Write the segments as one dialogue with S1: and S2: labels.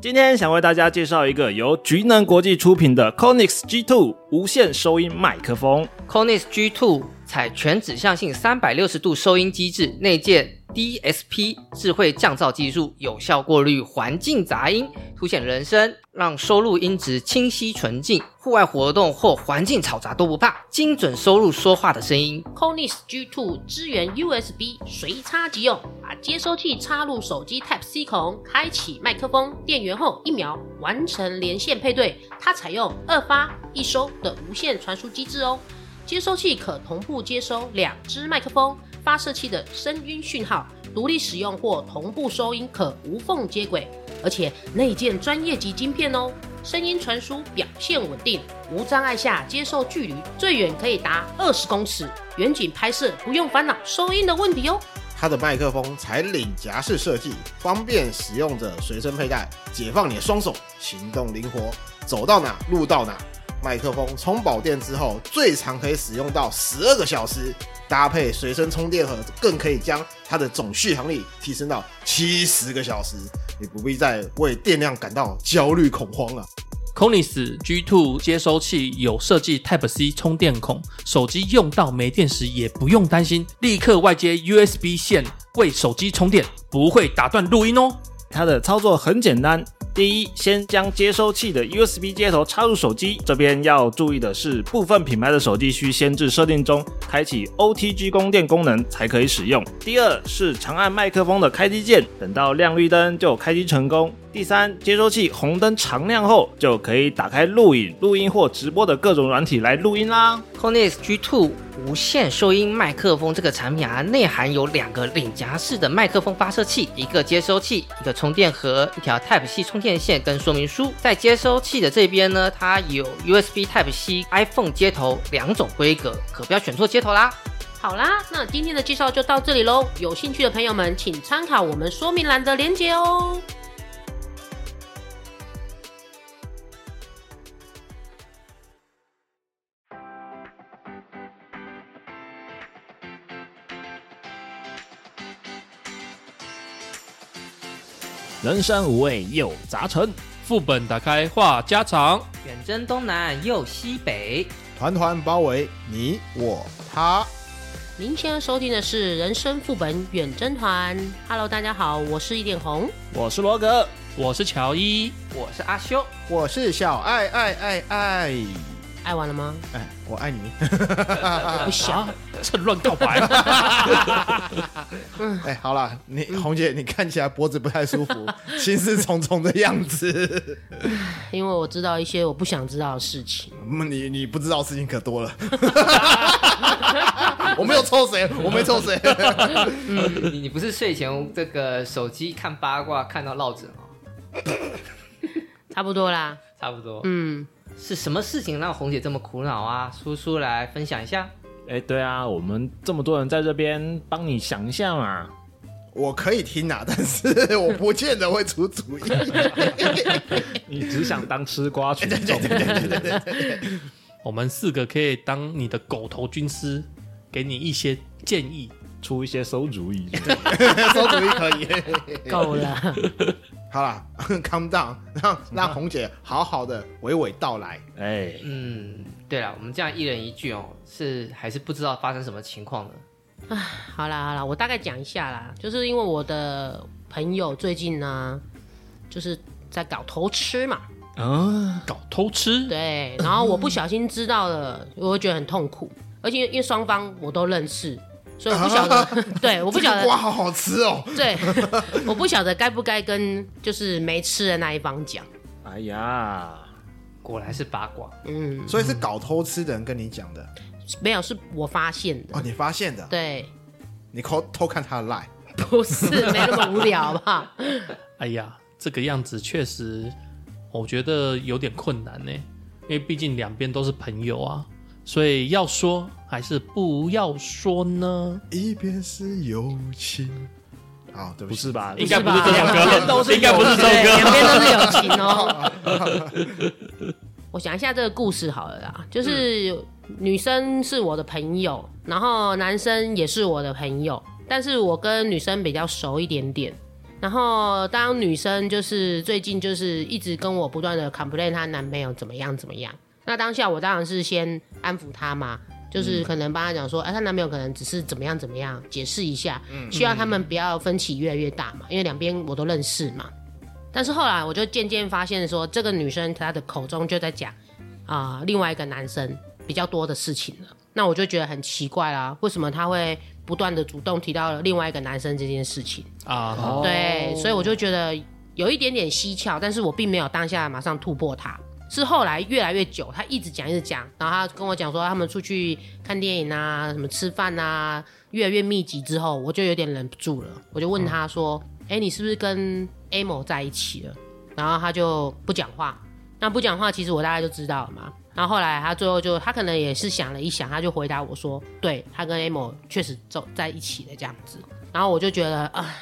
S1: 今天想为大家介绍一个由菊能国际出品的 c o n i x G2 无线收音麦克风。
S2: c o n i x G2 采全指向性三百六十度收音机制，内建 DSP 智慧降噪技术，有效过滤环境杂音，凸显人声，让收录音质清晰纯净。户外活动或环境嘈杂都不怕，精准收录说话的声音。
S3: Conis G2 支援 USB，随插即用。把接收器插入手机 Type C 孔，开启麦克风电源后一秒完成连线配对。它采用二发一收的无线传输机制哦。接收器可同步接收两只麦克风发射器的声音讯号，独立使用或同步收音可无缝接轨，而且内建专业级晶片哦。声音传输表现稳定，无障碍下接受距离最远可以达二十公尺，远景拍摄不用烦恼收音的问题哦。
S4: 它的麦克风采领夹式设计，方便使用者随身佩戴，解放你的双手，行动灵活，走到哪录到哪。麦克风充饱电之后，最长可以使用到十二个小时，搭配随身充电盒，更可以将它的总续航力提升到七十个小时。你不必再为电量感到焦虑恐慌了、
S5: Conis G2 接收器有设计 Type C 充电孔，手机用到没电时也不用担心，立刻外接 USB 线为手机充电，不会打断录音哦。
S1: 它的操作很简单。第一，先将接收器的 USB 接头插入手机。这边要注意的是，部分品牌的手机需先至设定中开启 OTG 供电功能才可以使用。第二是长按麦克风的开机键，等到亮绿灯就开机成功。第三，接收器红灯常亮后，就可以打开录影、录音或直播的各种软体来录音啦。
S2: c o n i x G2 无线收音麦克风这个产品啊，内含有两个领夹式的麦克风发射器，一个接收器，一个充电盒，一条 Type C 充电线跟说明书。在接收器的这边呢，它有 USB Type C、iPhone 接头两种规格，可不要选错接头啦。
S3: 好啦，那今天的介绍就到这里喽。有兴趣的朋友们，请参考我们说明栏的连结哦。
S1: 人生无味又杂陈，
S5: 副本打开话家常，
S2: 远征东南又西北，
S4: 团团包围你我他。
S3: 您现在收听的是《人生副本远征团》。Hello，大家好，我是一点红。
S1: 我是罗格。
S5: 我是乔伊，
S2: 我是阿修。
S4: 我是小爱爱爱爱，
S3: 爱完了吗？
S4: 哎，我爱你。
S3: 不行，
S5: 趁哎乱告白。
S4: 哎，好啦，你
S3: 嗯
S4: 红姐，你看起来脖子不太舒 服，心事重重的样子。
S3: 因为我知道一些我不想知道的事情。
S4: 嗯你你不知道事情可多了。 我没有抽谁，我没抽谁。
S2: 你你不是睡前这个手机看八卦看到落枕吗？
S3: 差不多啦，
S2: 差不多。
S3: 嗯，
S2: 是什么事情让红姐这么苦恼啊？叔叔来分享一下。
S1: 哎、对啊，我们这么多人在这边帮你想一下 嘛。
S4: 我可以听啊，但是 我不见得会出主意。
S1: 你只想当吃瓜群众。
S5: 我们四个可以当你的狗头军师，给你一些建议。
S1: 出一些馊主 意。
S4: 出主意可以。
S3: 够了。
S4: 好啦，calm down，让 让红姐好好的娓娓道来。
S1: 哎，
S2: 嗯，对了，我们这样一人一句哦，是还是不知道发生什么情况呢？
S3: 好啦好啦，我大概讲一下啦，就是因为我的朋友最近呢，就是在搞偷吃嘛，
S1: 啊，
S5: 搞偷吃，
S3: 对，然后我不小心知道了，我会觉得很痛苦，而且因为双方我都认识，所以我不晓得， 对，我
S4: 我
S3: 不 晓得
S4: 瓜好好吃哦。
S3: 对， 我不晓得该不该跟就是没吃的那一方讲。
S1: 哎呀，
S2: 果然是八 卦。
S3: 嗯，
S4: 所以是搞偷吃的人跟你讲的
S3: 没有，是我发现的。
S4: 哦，你发现的，
S3: 对，
S4: 你偷偷看他的 line。
S3: 不是没那么无聊，好不好？
S5: 哎呀，这个样子确实，我觉得有点困难呢，因为毕竟两边都是朋友啊，所以要说还是不要说呢？
S4: 一边是友情。好、对
S1: 不
S4: 不起，
S1: 是吧？
S5: 应该不是这首歌
S2: 两边都是
S5: 应该不是这首
S3: 对，
S5: 歌
S3: 两边都是友情哦。我想一下这个故事好了啦，就是女生是我的朋友，然后男生也是我的朋友，但是我跟女生比较熟一点点，然后当女生就是最近就是一直跟我不断的 complain 她男朋友怎么样怎么样，那当下我当然是先安抚她嘛。就是可能帮她讲说，哎、她男朋友可能只是怎么样怎么样，解释一下，希望他们不要分歧越来越大嘛，因为两边我都认识嘛。但是后来我就渐渐发现说，这个女生她的口中就在讲啊、另外一个男生比较多的事情了。那我就觉得很奇怪啦，为什么她会不断的主动提到另外一个男生这件事情？
S5: 啊，
S3: 对，所以我就觉得有一点点蹊跷，但是我并没有当下马上突破它。是后来越来越久，他一直讲一直讲，然后他跟我讲说他们出去看电影啊，什么吃饭啊，越来越密集之后，我就有点忍不住了，我就问他说：“哎、你是不是跟 A 某在一起了？”然后他就不讲话。那不讲话，其实我大概就知道了嘛。然后后来他最后就他可能也是想了一想，他就回答我说：“对他跟 A 某确实走在一起的这样子。”然后我就觉得啊，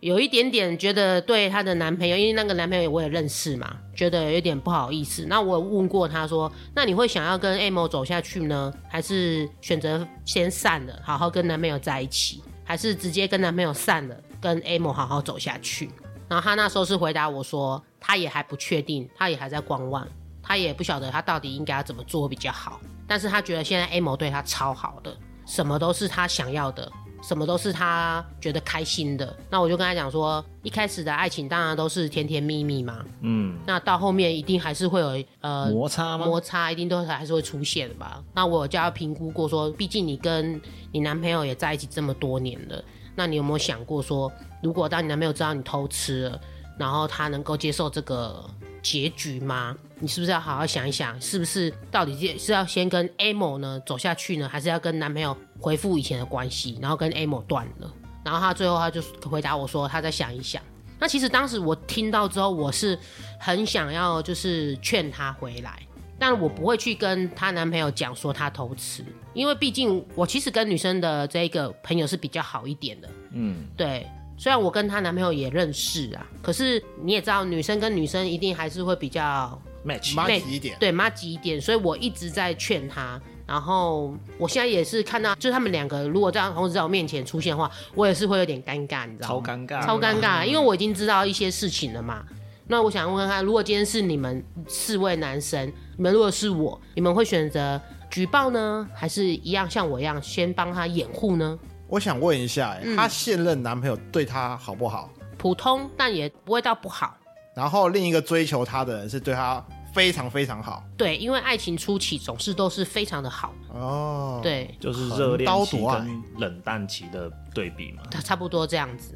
S3: 有一点点觉得对她的男朋友，因为那个男朋友我也认识嘛，觉得有点不好意思。那我有问过她说，那你会想要跟 M 走下去呢，还是选择先散了，好好跟男朋友在一起，还是直接跟男朋友散了，跟 M 好好走下去？然后她那时候是回答我说，她也还不确定，她也还在观望，她也不晓得她到底应该要怎么做比较好。但是她觉得现在 M 对她超好的，什么都是她想要的，什么都是她觉得开心的。那我就跟她讲说，一开始的爱情当然都是甜甜蜜蜜嘛，
S1: 嗯，
S3: 那到后面一定还是会有呃
S1: 摩擦吗？
S3: 摩擦一定都还是会出现的吧？那我有叫他评估过说，毕竟你跟你男朋友也在一起这么多年了，那你有没有想过说，如果当你男朋友知道你偷吃了，然后他能够接受这个结局吗？你是不是要好好想一想，是不是到底是是要先跟 A 某呢走下去呢，还是要跟男朋友恢复以前的关系，然后跟 A 某断了？然后他最后他就回答我说，他再想一想。那其实当时我听到之后，我是很想要就是劝她回来，但我不会去跟她男朋友讲说她偷吃，因为毕竟我其实跟女生的这个朋友是比较好一点的，
S1: 嗯，
S3: 对。虽然我跟她男朋友也认识啊，可是你也知道，女生跟女生一定还是会比较
S1: match，
S4: 麻
S3: 妹
S4: 吉一点，
S3: 对妈急一点，所以我一直在劝她。然后我现在也是看到，就是他们两个如果这样同时在我面前出现的话，我也是会有点尴尬，你知道吗？
S1: 超尴尬，
S3: 超尴尬，因为我已经知道一些事情了嘛。那我想问问看，如果今天是你们四位男生，你们如果是我，你们会选择举报呢，还是一样像我一样先帮他掩护呢？
S4: 我想问一下、欸，
S3: 嗯
S4: 她现任男朋友对她好不好？
S3: 普通，但也不会到不好。
S4: 然后另一个追求她的人是对她非常非常好
S3: 对，因为爱情初期总是都是非常的好，
S4: 哦，，
S3: 对，
S1: 就是热恋期
S4: 横刀夺爱
S1: 跟冷淡期的对比嘛？
S3: 差不多这样子。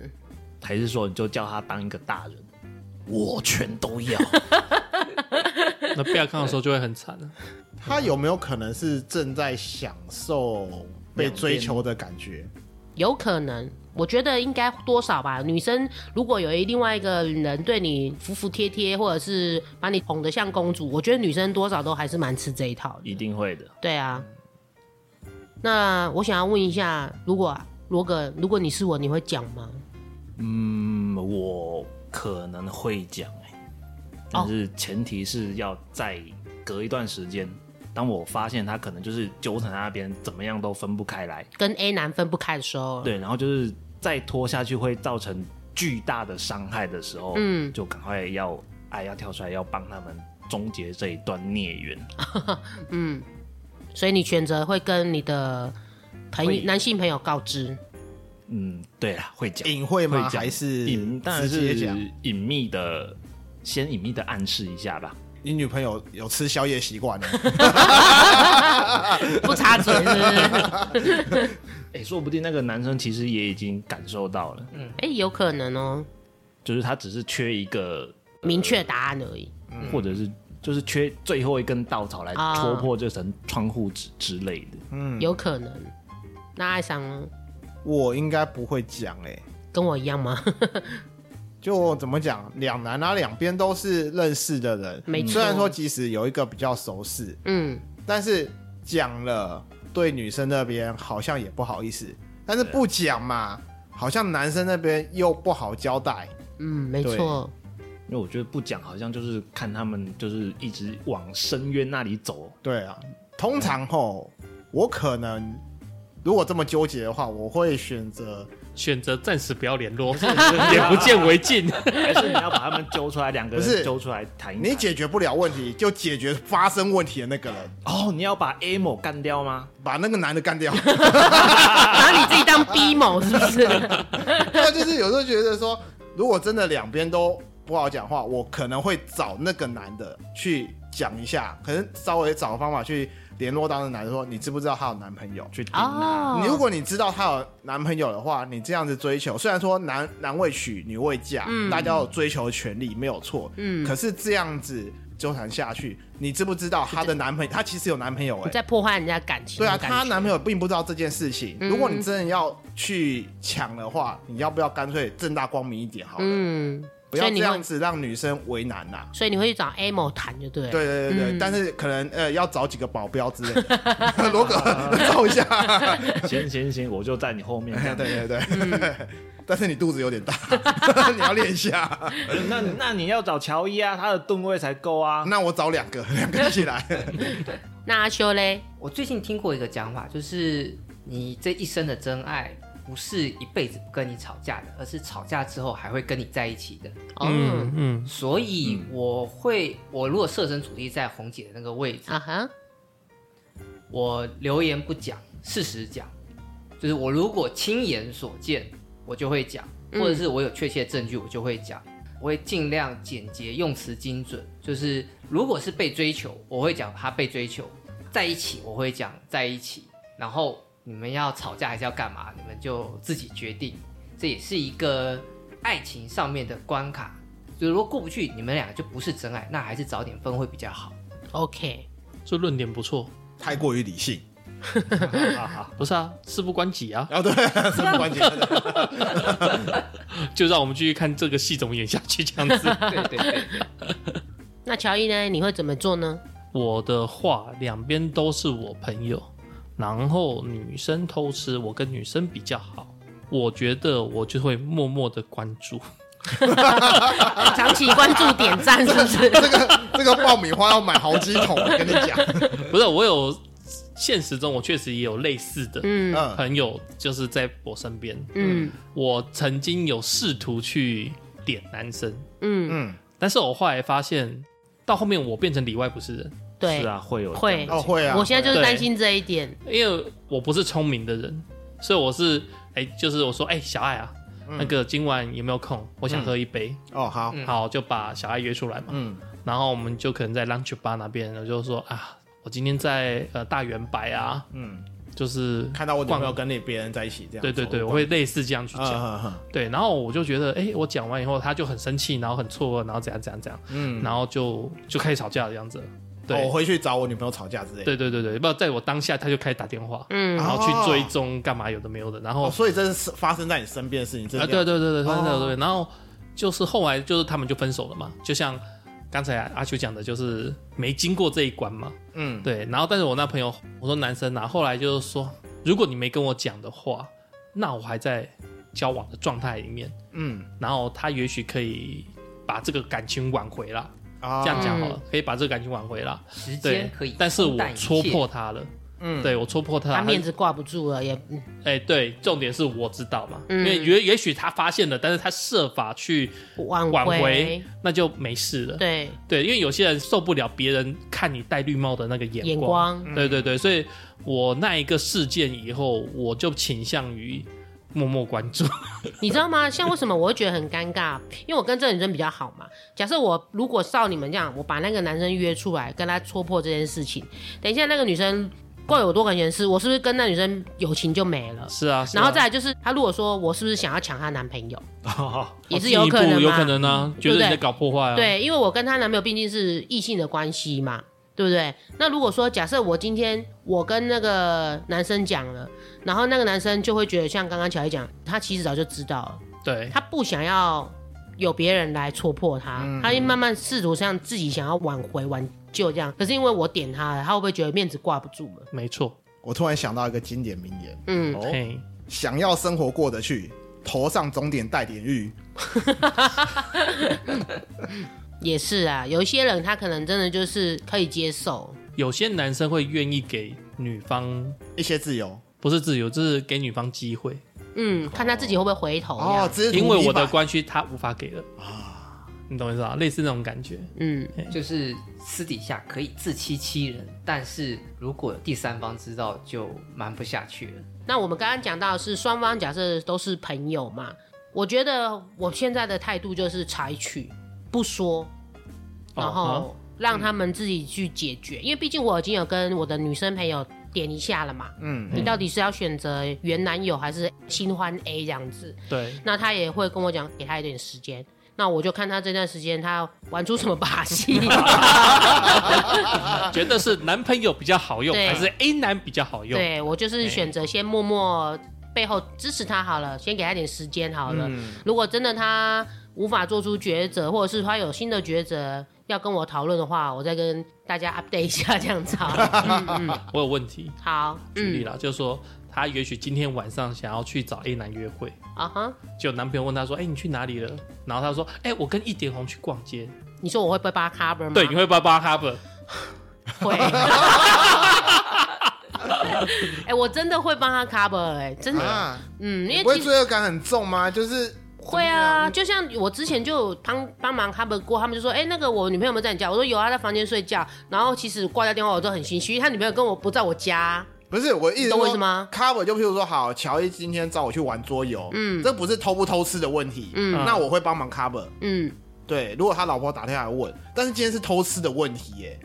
S1: 还是说你就叫他当一个大人，我全都要？
S5: 那不要看的时候就会很惨啊了。
S4: 她有没有可能是正在享受被追求的感觉？
S3: 有可能，我觉得应该多少吧。女生如果有一另外一个人对你服服帖帖，或者是把你捧得像公主，我觉得女生多少都还是蛮吃这一套的。
S1: 一定会的。
S3: 对啊，
S4: 嗯
S3: 那我想要问一下，如果罗哥，如果你是我，你会讲吗？
S1: 嗯，我可能会讲、欸，但是前提是要再隔一段时间。当我发现他可能就是纠缠在那边，怎么样都分不开来，
S3: 跟 A 男分不开的时候，
S1: 对，然后就是再拖下去会造成巨大的伤害的时候，
S3: 嗯
S1: 就赶快要爱要跳出来，要帮他们终结这一段孽缘。
S3: 嗯，所以你选择会跟你的朋
S1: 会
S3: 友、男性朋友告知。
S1: 嗯，对啦，会讲
S4: 隐晦吗？
S1: 会讲
S4: 还是
S1: 隐，当然
S4: 直接讲？
S1: 是隐秘的，先隐秘的暗示一下吧。
S4: 你女朋友有吃宵夜习惯呢？
S3: 不插嘴是不 是？
S1: 哎、说不定那个男生其实也已经感受到了，
S3: 哎、有可能哦，
S1: 就是他只是缺一个，
S3: 明确答案而已。
S4: 嗯
S1: 或者是就是缺最后一根稻草来
S3: 啊
S1: 戳破这层窗户纸之类的。
S4: 嗯
S3: 有可能。那爱上呢
S4: 我应该不会讲哎、
S3: 跟我一样吗？
S4: 就怎么讲，两难啊，两边都是认识的人，
S3: 没错
S4: 虽然说即使有一个比较熟识，
S3: 嗯，
S4: 但是讲了对女生那边好像也不好意思，但是不讲嘛，好像男生那边又不好交代。
S3: 嗯，没错，
S1: 因为我觉得不讲，好像就是看他们就是一直往深渊那里 走。
S4: 对啊，通常吼，我可能如果这么纠结的话，我会选择
S5: 选择暂时不要联络， 也不见为净。
S1: 还是你要把他们揪出来，两个
S4: 不是
S1: 人揪出来谈一谈
S4: 你解决不了问题，就解决发生问题的那个人，
S1: 哦，你要把 A 某干掉吗？
S4: 把那个男的干掉。
S3: 把你自己当 B 某是不是？
S4: 那就是有时候觉得说，如果真的两边都不好讲话，我可能会找那个男的去讲一下，可能稍微找方法去联络到那男的说，你知不知道她有男朋友？
S1: 去顶啊！
S3: 哦
S4: 你如果你知道她有男朋友的话，你这样子追求，虽然说男男未娶女未嫁，
S3: 嗯
S4: 大家有追求的权利没有错，
S3: 嗯
S4: 可是这样子纠缠下去，你知不知道她的男朋友？她其实有男朋友哎、
S3: 你在破坏人家感情
S4: 对
S3: 的
S4: 啊，
S3: 感觉，
S4: 她男朋友并不知道这件事情。
S3: 嗯
S4: 如果你真的要去抢的话，你要不要干脆正大光明一点好了？
S3: 嗯，
S4: 不
S3: 所
S4: 要
S3: 以
S4: 这
S3: 你
S4: 样
S3: 会，
S4: 子让女生为难啦、
S3: 所以你会去找 A 某谈就对了。
S4: 对对对对，
S3: 嗯
S4: 但是可能呃要找几个保镖之类 的，罗哥照一下。
S1: 行行行，我就在你后面。这样
S4: 对对对，
S3: 嗯
S4: 但是你肚子有点大， 你要练一下。
S1: 那那你要找乔伊啊，他的吨位才够啊。
S4: 那我找两个，两个一起来。
S3: 那阿修嘞，
S2: 我最近听过一个讲法，就是你这一生的真爱不是一辈子不跟你吵架的，而是吵架之后还会跟你在一起的。
S3: 哦，
S5: 嗯嗯，
S2: 所以我会，我如果设身处地在红姐的那个位置，
S3: 啊哈，
S2: 我留言不讲，事实讲，就是我如果亲眼所见，我就会讲，
S3: 嗯
S2: 或者是我有确切证据，我就会讲。我会尽量简洁，用词精准。就是如果是被追求，我会讲他被追求；在一起，我会讲在一起。然后你们要吵架还是要干嘛，你们就自己决定。这也是一个爱情上面的关卡。就如果过不去，你们两个就不是真爱，那还是早点分会比较好。
S3: OK，
S5: 这论点不错。
S4: 太过于理性，
S1: 好好，
S5: 不是啊，事不关己啊，
S4: 然后对，这么关键。
S5: 就让我们继续看这个戏怎么演下去这样子。
S2: 对对对。
S3: 那乔伊呢？你会怎么做呢？
S5: 我的话，两边都是我朋友，然后女生偷吃，我跟女生比较好，我觉得我就会默默的关注。
S3: 长期关注点赞是不是？
S4: 这个这个爆米花要买好几桶，我跟你讲。
S5: 不是，我有现实中我确实也有类似的
S3: 嗯
S4: 嗯，
S5: 朋友，就是在我身边，
S3: 嗯
S5: 我曾经有试图去点男生，
S3: 嗯，
S5: 但是我后来发现，到后面我变成里外不是人，
S3: 对
S1: 是，啊，会有
S3: 会
S1: 这样
S4: 哦会啊，
S3: 我现在就是
S5: 对
S3: 担心这一点。
S5: 因为我不是聪明的人，所以我是哎、就是我说哎、小爱啊，那个今晚有没有空？我想喝一杯，
S4: 哦好，
S2: 嗯
S5: 好就把小爱约出来嘛。
S4: 嗯
S5: 然后我们就可能在 lunch bar 那边，我就说啊，我今天在呃大圆白啊，
S4: 嗯，
S5: 就是
S4: 看到我女朋友跟那别人在一起这样
S5: 对
S4: 做。
S5: 对对，我会类似这样去
S4: 嗯。
S5: 讲。
S4: 嗯嗯
S5: 对，然后我就觉得，哎、我讲完以后，他就很生气，然后很错愕，然后怎样怎样怎样，
S4: 嗯，
S5: 然后就就开始吵架的样子了。对、
S4: 哦我回去找我女朋友吵架之类的。
S5: 对对对对，不，在我当下他就开始打电话，
S3: 嗯
S5: 然后
S4: 哦
S5: 去追踪干嘛有的没有的，然后、
S4: 哦，所以这是发生在你身边的事情，真
S5: 啊，
S4: 的
S5: 对对对对，对
S4: 哦
S5: 对对，然后就是后来就是他们就分手了嘛，就像刚才啊阿秋讲的，就是没经过这一关嘛，
S4: 嗯，
S5: 对，然后但是我那朋友，我说男生啊，后来就是说，如果你没跟我讲的话，那我还在交往的状态里面，
S4: 嗯，
S5: 然后他也许可以把这个感情挽回啦，
S4: 啊
S5: 这样讲好了，可以把这个感情挽回啦，
S2: 时
S5: 对
S2: 间可以，
S5: 但是
S2: 冲
S5: 我
S2: 淡一
S5: 戳
S2: 切
S5: 破他了，
S4: 嗯，
S5: 对我啊戳破他，
S3: 他
S5: 他
S3: 面子挂不住了，也嗯
S5: 哎、对，重点是我知道嘛，
S3: 嗯
S5: 因为也也许他发现了，但是他设法去
S3: 挽
S5: 挽回，那就没事了。
S3: 对
S5: 对因为有些人受不了别人看你戴绿帽的那个眼光。
S3: 眼光，
S5: 对对对，所以我那一个事件以后，我就倾向于默默关 注。
S3: 你知道吗？像为什么我会觉得很尴尬？因为我跟这个女生比较好嘛。假设我如果照你们这样，我把那个男生约出来，跟他戳破这件事情，等一下那个女生够有多管闲事，我是不是跟那女生友情就没了？
S5: 是啊，是啊
S3: 然后再来就是，她如果说我是不是想要抢她男朋友，
S1: 哦
S3: 也是
S5: 进一
S3: 可能嘛，
S5: 步
S3: 嗯
S5: 有可能啊，觉
S3: 对
S5: 得
S3: 不
S5: 你
S3: 对
S5: 在搞破坏啊。，
S3: 对，因为我跟她男朋友毕竟是异性的关系嘛，对不对？那如果说假设我今天我跟那个男生讲了，然后那个男生就会觉得像刚刚乔伊讲，他其实早就知道了，
S5: 对
S3: 他不想要有别人来戳破他，他就慢慢试图像自己想要挽回挽救这样。可是因为我点他了，他会不会觉得面子挂不住了？
S5: 没错。
S4: 我突然想到一个经典名言：
S3: 嗯，
S5: 嘿，
S4: 想要生活过得去，头上总点带点玉。
S3: 也是啊，有一些人他可能真的就是可以接受，
S5: 有些男生会愿意给女方
S4: 一些自由，
S5: 不是自由，就是给女方机会。
S3: 嗯，看他自己会不会回头这
S4: 哦
S3: 样，，
S4: 这是
S5: 因为我
S4: 图
S5: 的
S4: 地
S5: 关系他无法给了，
S4: 板啊，
S5: 你懂我意思吧？类似那种感觉，
S3: 嗯，
S2: 就是私底下可以自欺欺人，但是如果有第三方知道，就瞒不下去了。
S3: 那我们刚刚讲到的是双方假设都是朋友嘛，我觉得我现在的态度就是采取不说，
S5: 哦
S3: 然后让他们自己去解决，因为毕竟我已经有跟我的女生朋友点一下了嘛，
S4: 嗯，
S3: 你到底是要选择原男友还是新欢 A 这样子？
S5: 对，
S3: 那他也会跟我讲，给他一点时间。那我就看他这段时间他玩出什么把 戏。
S5: 觉得是男朋友比较好用，
S3: 对
S5: 还是 A 男比较好用？哎
S3: 对我就是选择先默默背后支持他好了，先给他一点时间好了。
S5: 嗯
S3: 如果真的他无法做出抉择，或者是他有新的抉择要跟我讨论的话，我再跟大家 update 一下 这样子好了。嗯嗯，
S5: 我有问题，
S3: 好，
S5: 举例
S3: 嗯
S5: 啦，就是说他也许今天晚上想要去找 A 男约会，
S3: 啊哈，
S5: 就男朋友问他说：“哎、你去哪里了？”然后他说：“哎、我跟一点红去逛街。
S3: 你说我会不会帮他 cover 吗？
S5: 对，你会帮帮他吧？
S3: 会。 哎、我真的会帮他 cover 哎、真的，
S4: 啊，
S3: 嗯，因
S4: 你
S3: 为
S4: 不会
S3: 其实
S4: 罪恶感很重吗？就是
S3: 会啊，就像我之前就有帮帮忙 cover 过，他们就说，哎、那个我女朋友有没有在你家？我说有啊，她在房间睡觉。然后其实挂掉电话我都很心虚，因为他女朋友跟我不在我 家，
S4: 不是我一直
S3: 懂我意思吗
S4: ？cover 就譬如说，好，乔伊今天找我去玩桌游，
S3: 嗯
S4: 这不是偷不偷吃的问题，
S3: 嗯
S4: 那我会帮忙 cover。
S3: 嗯，
S4: 对，如果他老婆打电话来问，但是今天是偷吃的问题 耶，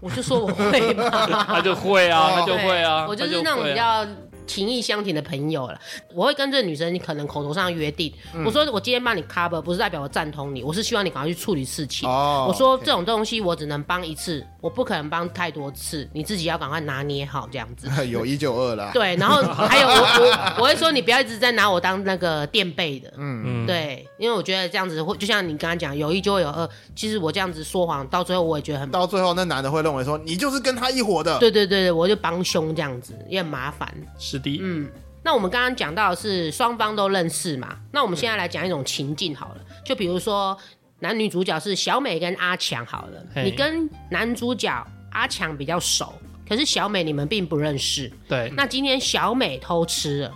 S3: 我就说我会嘛，
S5: 他就会啊，
S4: 哦
S5: 他就会啊，
S3: 对我就
S5: 他
S3: 是那种
S5: 会
S3: 比
S5: 啊
S3: 较情意相挺的朋友了。我会跟这个女生可能口头上约定，
S4: 嗯
S3: 我说我今天帮你 cover，不是代表我赞同你，我是希望你赶快去处理事情。
S4: 哦
S3: 我说
S4: OK
S3: 这种东西我只能帮一次，我不可能帮太多次，你自己要赶快拿捏好这 样子。
S4: 有一就二 啦。
S3: 对，然后还有我我我会说你不要一直在拿我当那个垫背的，
S5: 嗯，
S3: 对，因为我觉得这样子会就像你刚刚讲，有一就会有二，其实我这样子说谎，到最后我也觉得很
S4: 到最后那男的会认为说你就是跟他一伙的，
S3: 对对对对，我就帮凶这样子也很麻烦。
S5: 是的，
S3: 嗯，那我们刚刚讲到的是双方都认识嘛，那我们现在来讲一种情境好了，就比如说男女主角是小美跟阿强好了，
S5: 嘿
S3: 你跟男主角阿强比较熟，可是小美你们并不认识，
S5: 对，
S3: 那今天小美偷吃了，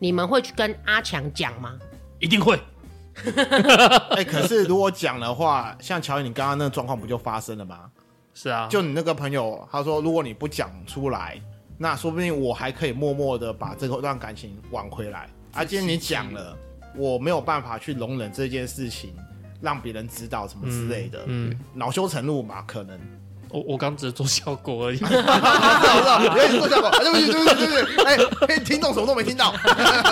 S3: 你们会去跟阿强讲吗？
S5: 一定会。
S4: 哎、可是如果讲的话，像乔伊你刚刚那个状况不就发生了吗？
S5: 是 啊，
S4: 就你那个朋友，他说如果你不讲出来，那说不定我还可以默默的把这段感情挽回来。啊，今天你讲了，我没有办法去容忍这件事情，让别人知道什么之类的，
S5: 嗯，
S4: 恼羞成怒嘛，可 能。
S5: 我我刚只是做效果 而已。
S4: 啊知道知道，有点做效果。啊对不起，对不起，对不起，哎、哎听众什么都没听 到，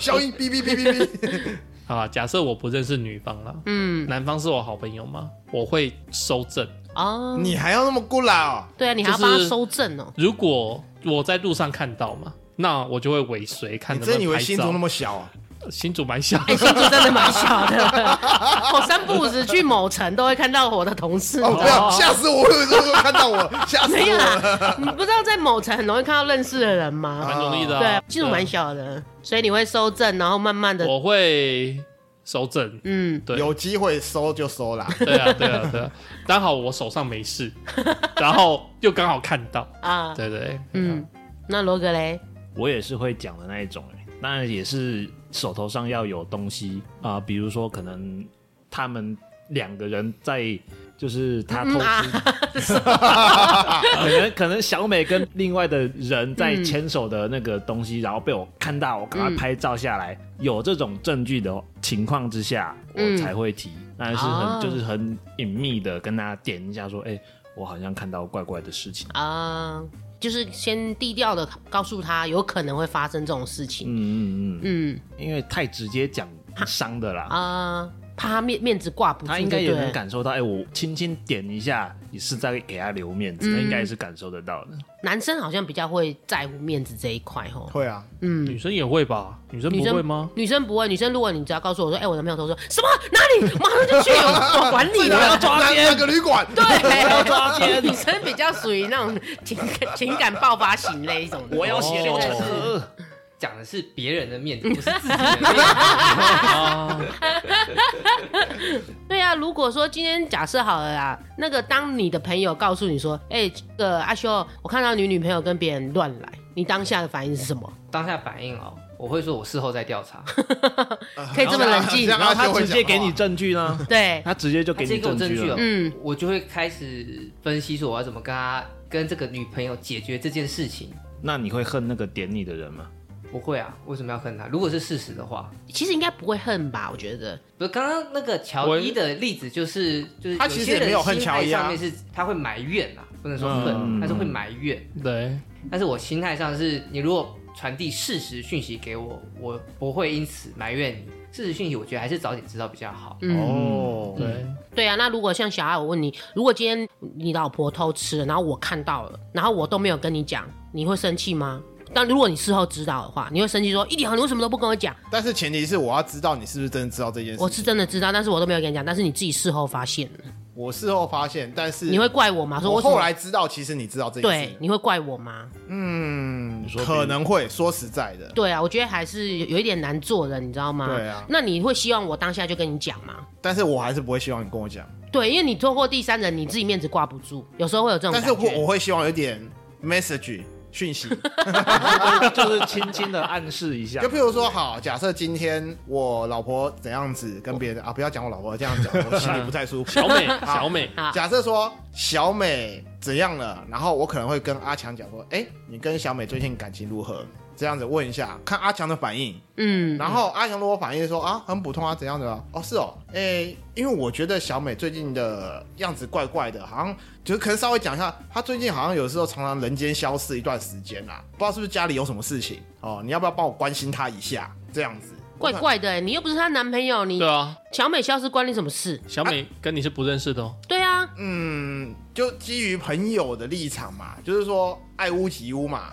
S4: 消音，哔哔哔哔哔。
S5: 好啦，假设我不认识女方啦，
S3: 嗯，
S5: 男方是我好朋友吗？我会收证。嗯
S3: 哦，
S4: 你还要那么过来哦？
S3: 对啊，你还要
S5: 就是
S3: 帮他收证哦。
S5: 如果我在路上看到嘛，那我就会尾随看
S4: 你
S5: 能不
S4: 真
S5: 能拍
S4: 以
S5: 照。
S4: 为新竹那么小啊？
S5: 新竹蛮小，
S3: 哎、新竹真的蛮小的， 我三不五时去某城都会看到我的同事。
S4: 哦，
S3: 你知
S4: 不
S3: 道吗
S4: 要吓死我！我有时候看到我， 吓死
S3: 没有
S4: 我了。
S3: 啦，你不知道在某城很容易看到认识的人吗？
S5: 蛮容易的、
S3: 对
S5: 啊。，
S3: 新竹蛮小的，所以你会收证，然后慢慢的
S5: 对，，我会收证。
S3: 嗯，
S5: 对，
S4: 有机会收就收啦。
S5: 对啊，对啊，对啊。刚好我手上没 事，然后又刚好看到，
S3: 啊，
S5: 对对，
S3: 嗯，那罗格雷，
S1: 我也是会讲的那一种、欸，当然也是手头上要有东西啊、比如说可能他们两个人在就是他偷
S3: 嗯啊
S1: 吃， 可能可能小美跟另外的人在
S3: 嗯
S1: 牵手的那个东西，然后被我看到，我赶快拍照下来，有这种证据的情况之下，
S3: 嗯
S1: 我才会提，但是很、
S3: 哦
S1: 就是很隐秘的跟他点一下说，哎、我好像看到怪怪的事情，
S3: 啊，就是先低调的告诉他有可能会发生这种事情，
S1: 嗯嗯嗯，
S3: 嗯
S1: 因为太直接讲伤的啦。
S3: 啊，怕他面面子挂不住，
S1: 他应该也
S3: 对不对
S1: 能感受到，哎、我轻轻点一下，你是在给他留面子，
S3: 嗯
S1: 他应该也是感受得到的。
S3: 男生好像比较会在乎面子这一块哦。
S4: 会啊，
S5: 女
S3: 嗯，
S5: 生也会吧？女生不
S3: 女生
S5: 会吗？？
S3: 女生不会，女生如果你只要告诉我说，哎、我男朋友偷说什么哪里，马上就去，我我管你
S4: 这个
S3: 了。
S4: 抓哪个旅馆？
S3: 对，女生比较属于那种情感情感爆发型那一种的。
S1: 我要血流成河，
S2: 讲的是别人的面子，不是自己的面子。
S5: 啊，
S3: 对啊，如果说今天假设好了啦，那个当你的朋友告诉你说，哎、这个阿修，我看到你女朋友跟别人乱来，你当下的反应是什么？
S2: 当下反应哦，我会说我事后再调查，
S3: 可以这么冷静
S1: 然后他直接给你证据呢，
S3: 对，
S1: 他直接就给
S2: 这
S1: 你
S2: 个有
S1: 证
S2: 证据
S1: 了
S2: 哦，。
S3: 嗯，
S2: 我就会开始分析说我要怎么跟他跟这个女朋友解决这件事情。
S1: 那你会恨那个点你的人吗？
S2: 不会啊，为什么要恨他？如果是事实的话，
S3: 其实应该不会恨吧？我觉得，
S2: 不是刚刚那个乔伊的例子，就是就是
S4: 他其实也没有恨乔伊啊
S2: 有些人心态上面是他会埋怨啊，不能说
S1: 嗯
S2: 恨，他是会埋怨。
S4: 嗯
S5: 对，
S2: 但是我心态上是，你如果传递事实讯息给我，我不会因此埋怨你。事实讯息，我觉得还是早点知道比较 好。
S3: 嗯，
S4: 哦，
S5: 对，
S3: 对啊。那如果像小爱，我问你，如果今天你老婆偷吃了，然后我看到了，然后我都没有跟你讲，你会生气吗？但如果你事后知道的话，你会生气说一点好，你为什么都不跟我讲？
S4: 但是前提是我要知道你是不是真的知道这件事。
S3: 我是真的知道，但是我都没有跟你讲，但是你自己事后发现了，
S4: 我事后发现，但是
S3: 你会怪我吗？说
S4: 我
S3: 为什么
S4: 后来知道，其实你知道这件
S3: 对
S4: 事，，
S3: 你会怪我吗？
S4: 嗯，
S1: 说
S4: 可能会说实在的，
S3: 对啊，我觉得还是有有一点难做人，你知道吗？
S4: 对啊
S3: 那你会希望我当下就跟你讲吗？
S4: 但是我还是不会希望你跟我讲，
S3: 对，因为你透过第三人，你自己面子挂不住，有时候会有这种
S4: 但
S3: 感
S4: 是
S3: 觉。
S4: 我我会希望有点 message 讯息，
S1: 就是轻轻的暗示一下
S4: 就。譬如说，好，假设今天我老婆怎样子跟别人啊，不要讲我老婆这样讲，我心里不太舒服。
S5: 小美，小美，
S3: 好
S4: 假设说小美怎样了，然后我可能会跟阿强讲说，哎、你跟小美最近感情如何？这样子问一下，看阿强的反应。
S3: 嗯，
S4: 然后阿强如果反应说啊，很普通啊，怎样的啊？哦，是哦，哎、因为我觉得小美最近的样子怪怪的，好像就是可能稍微讲一下，她最近好像有时候常常人间消失一段时间啦，不知道是不是家里有什么事情哦？你要不要帮我关心她一下？这样子，
S3: 怪怪的、欸，你又不是她男朋友，你
S5: 对啊，
S3: 小美消失关你什么事？
S5: 小美跟你是不认识的哦，
S3: 对啊，
S4: 嗯，就基于朋友的立场嘛，就是说爱屋及乌嘛，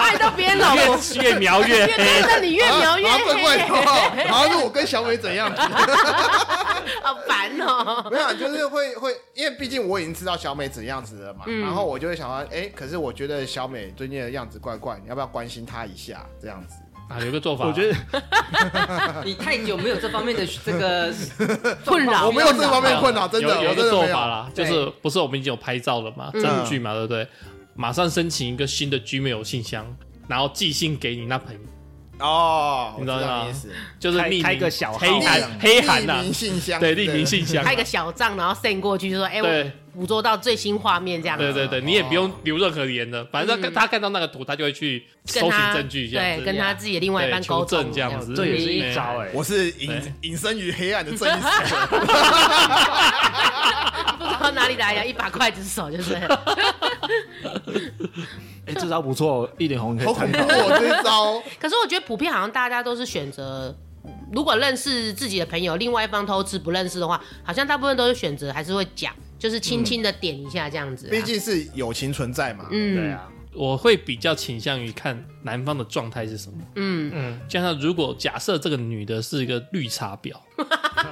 S3: 爱到别人老婆，
S1: 越描越
S3: 越看着 你越描越
S4: 啊啊怪怪的
S3: 黑，
S4: 哦，然后说我跟小美怎样子？
S3: 好烦哦、
S4: 没有，啊就是会会，因为毕竟我已经知道小美怎样子了嘛，
S3: 嗯
S4: 然后我就会想到，哎、可是我觉得小美最近的样子怪怪，你要不要关心她一下？这样子，
S5: 啊，有一个做法，
S1: 我 觉得
S2: 你太久没有这方面的这个
S3: 困扰
S4: 我没有这方面困扰，
S5: 有
S4: 真的，
S5: 有
S4: 我真
S5: 一个
S4: 的
S5: 做
S4: 没
S5: 法
S4: 有。
S5: 啦，就
S2: 对
S5: 是不是我们已经有拍照了
S3: 嗯
S5: 嘛，证据嘛，对不对？马上申请一个新的 Gmail 信箱，然后寄信给你那朋友，
S4: 哦，我
S5: 你
S4: 知
S5: 知道吗
S4: 道你意思，
S5: 就是
S1: 开
S5: 匿名
S1: 开个小号
S5: 黑函
S4: 匿
S5: 黑函呐
S4: 匿，名信箱，
S5: 对，匿名信箱，啊
S3: 开个小账，然后 send 过去，就说哎、
S5: 对
S3: 我捕捉到最新画面这样子。
S5: 对对对，你也不
S3: 哦
S5: 用留任何言的，反正他看他看到那个图，他就会去
S3: 嗯跟
S5: 搜
S3: 他
S5: 寻证据，这样
S3: 对，
S5: 子
S3: 跟他自己的另外一半
S5: 对
S3: 沟
S5: 求证
S3: 通
S5: 这样 子
S1: 这也是一招哎、
S4: 我是隐
S5: 对
S4: 隐身于黑暗的正 义使者，
S3: 不知道哪里来的一把刽子手， 就是
S1: 哎、这招不错，一脸红可
S4: 好
S1: 以
S4: 恐
S1: 参
S4: 怖
S1: 考。
S4: 哦，这一招。
S3: 可是我觉得普遍好像大家都是选择，如果认识自己的朋友，另外一方偷吃不认识的话，好像大部分都是选择还是会讲，就是轻轻的点一下这样子、啊。
S4: 毕竟是友情存在嘛，
S1: 对
S3: 嗯
S1: 啊，
S5: 我会比较倾向于看男方的状态是什么。
S3: 嗯，
S5: 加上如果假设这个女的是一个绿茶婊，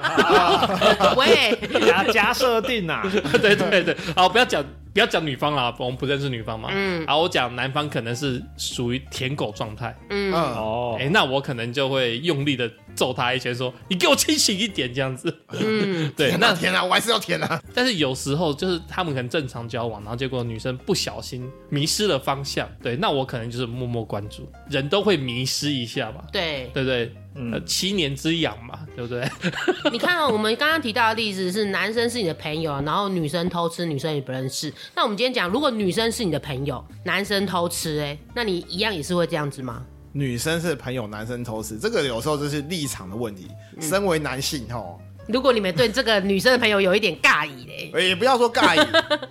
S3: 喂，
S1: 加加设定啊，
S5: 对对对，好，不要讲不要讲女方啦，我们不认识女方嘛。
S3: 嗯
S5: 好，我讲男方可能是属于舔狗状态，
S4: 嗯，
S3: 嗯，
S1: 哦
S5: 哎、那我可能就会用力的揍他一拳，说你给我清醒一点这样子。
S3: 啊
S5: 嗯，对，
S4: 天
S5: 那
S4: 哪，天哪，我还是要啊天哪，
S5: 但是有时候就是他们可能正常交往，然后结果女生不小心迷失了方向，对，那我可能就是默默关注，人都会迷失一下嘛，
S3: 对，
S5: 对不对？呃
S1: 嗯，
S5: 七年之痒嘛，对不对？
S3: 你看哦、我们刚刚提到的例子是男生是你的朋友，然后女生偷吃，女生也不认识。那我们今天讲，如果女生是你的朋友，男生偷吃、哎，那你一样也是会这样子吗？
S4: 女生是朋友，男生偷吃，这个有时候就是立场的问题。身为男性吼，
S3: 如果你们对这个女生的朋友有一点尬意欸嘞，
S4: 也不要说尬意，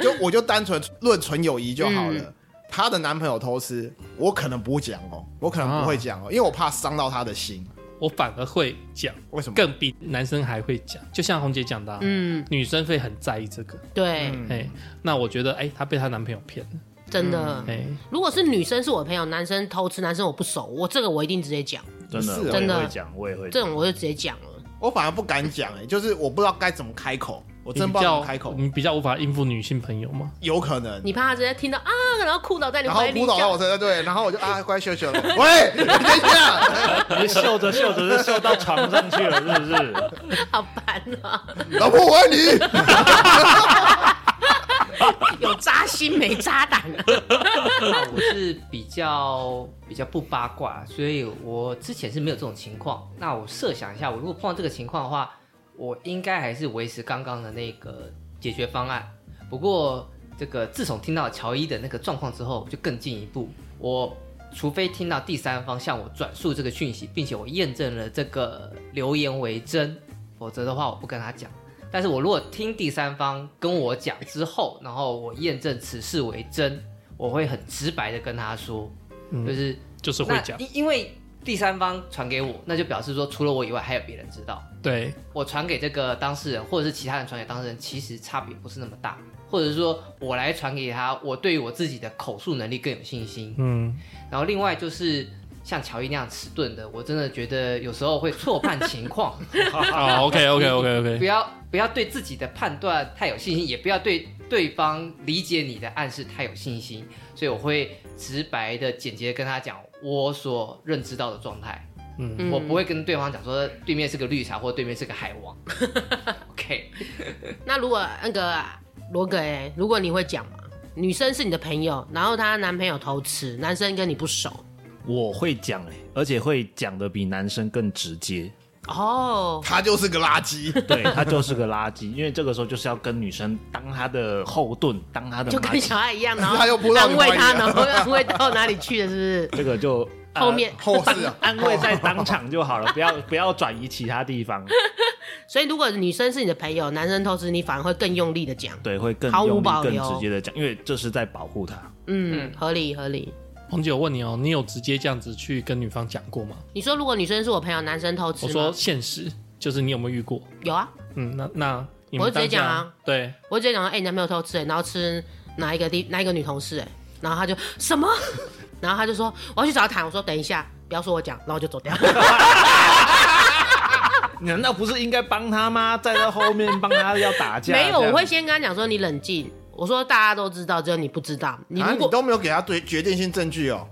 S4: 就我就单纯论纯友谊就好了。她的男朋友偷吃，我可能不讲哦，我可能不会讲哦，因为我怕伤到她的心。
S5: 我反而会讲，
S4: 为什么？
S5: 更比男生还会讲，就像红姐讲的、啊，
S3: 嗯，
S5: 女生会很在意这个。
S3: 对，
S4: 嗯
S5: 哎、那我觉得，哎、她被她男朋友骗了，
S3: 真
S4: 嗯
S3: 的。
S5: 哎、
S3: 如果是女生是我朋友，男生偷吃，男生我不熟，我这个我一定直接讲，
S1: 真的，
S4: 是
S1: 我
S4: 哦
S1: 也
S3: 真的
S1: 会讲，我也会
S3: 这
S1: 讲。
S3: 种我就直接讲了。
S4: 我反而不敢讲，哎，就是我不知道该怎么开口，我
S5: 你
S4: 真
S5: 比
S4: 不知道怎
S5: 较
S4: 么开口，
S5: 你比较嗯无法应付女性朋友嘛？
S4: 有可能。
S3: 你怕他直接听到啊，然后哭倒在你
S4: 然后
S3: 怀里
S4: 扑倒到
S3: 叫，
S4: 我身上，对，然后我就啊，乖秀秀了，喂，你等一下，
S1: 你嗅着嗅着就嗅到床上去了，是不是？
S3: 好烦啊，
S4: 老婆我爱你，
S3: 有扎心新没扎胆啊！
S2: 那我是比较比较不八卦，所以我之前是没有这种情况。那我设想一下，我如果碰到这个情况的话，我应该还是维持刚刚的那个解决方案。不过，这个自从听到乔伊的那个状况之后，我就更进一步。我除非听到第三方向我转述这个讯息，并且我验证了这个留言为真，否则的话我不跟他讲。但是我如果听第三方跟我讲之后，然后我验证此事为真，我会很直白的跟他说，
S5: 嗯
S2: 就是
S5: 就是会
S2: 那
S4: 啊
S5: 讲，
S2: 因因为第三方传给我，那就表示说除了我以外还有别人知道。
S5: 对，
S2: 我传给这个当事人，或者是其他人传给当事人，其实差别不是那么大，或者是说我来传给他，我对于我自己的口述能力更有信心。
S5: 嗯，
S2: 然后另外就是像乔伊那样迟钝的，我真的觉得有时候会错判情况，
S5: 好，OK OK OK
S2: 不
S5: OK，
S2: 要不要对自己的判断太有信心，也不要对对方理解你的暗示太有信心。所以我会直白的、简洁地跟他讲我所认知到的状态。
S5: 嗯，
S3: 嗯
S2: 我不会跟对方讲说对面是个绿茶或对面是个海 王。OK，
S3: 那如果呃那个罗格哎，如果你会讲吗？女生是你的朋友，然后她男朋友偷吃，男生跟你不熟
S1: 我会讲哎、而且会讲的比男生更直接。
S3: 哦，
S4: 他就是个垃圾。
S1: 对他就是个垃圾，因为这个时候就是要跟女生当他的后盾，当他的
S3: 就
S1: 马
S3: 跟
S1: 甲
S3: 小爱一样，然后
S4: 他又扑到
S3: 安
S4: 你
S3: 慰
S4: 怀啊里
S3: 她，
S4: 了
S3: 然后 安慰到哪里去了，是不
S1: 这个就、呃
S3: 是？后面。
S4: 后事啊，
S1: 安慰在当场就 好了，不要不要转移其他地方，
S3: 所以如果女生是你的朋友，男生偷吃，你反而会更用力的讲。
S1: 对，会更
S3: 毫无
S1: 用力
S3: 保、
S1: 更
S3: 留
S1: 直接的讲，因为这是在保护他。
S3: 嗯，合理合理。
S5: 红姐，我问你哦，你有直接这样子去跟女方讲过吗？
S3: 你说如果女生是我朋友，男生偷吃
S5: 我
S3: 吗，
S5: 说现实，就是你有没有遇过？
S3: 有啊，
S5: 嗯，那那你们
S3: 我就直接
S5: 当
S3: 讲
S5: 下
S3: 啊，
S5: 对，
S3: 我直接讲说，哎、你男朋友偷吃、欸，然后吃哪一个地哪一个女同事、欸，然后他就什么， 然后他就说我要去找他谈，我说等一下，不要说我讲，然后我就走掉。
S1: 难道不是应该帮他吗？在他后面帮他要打架？
S3: 没有，
S1: 这
S3: 我
S1: 样
S3: 会先跟他讲说你冷静，我说大家都知道，只有你不知道，你
S4: 啊，
S3: 如
S4: 你
S3: 果、
S4: 都没有给他对决定性证据哦。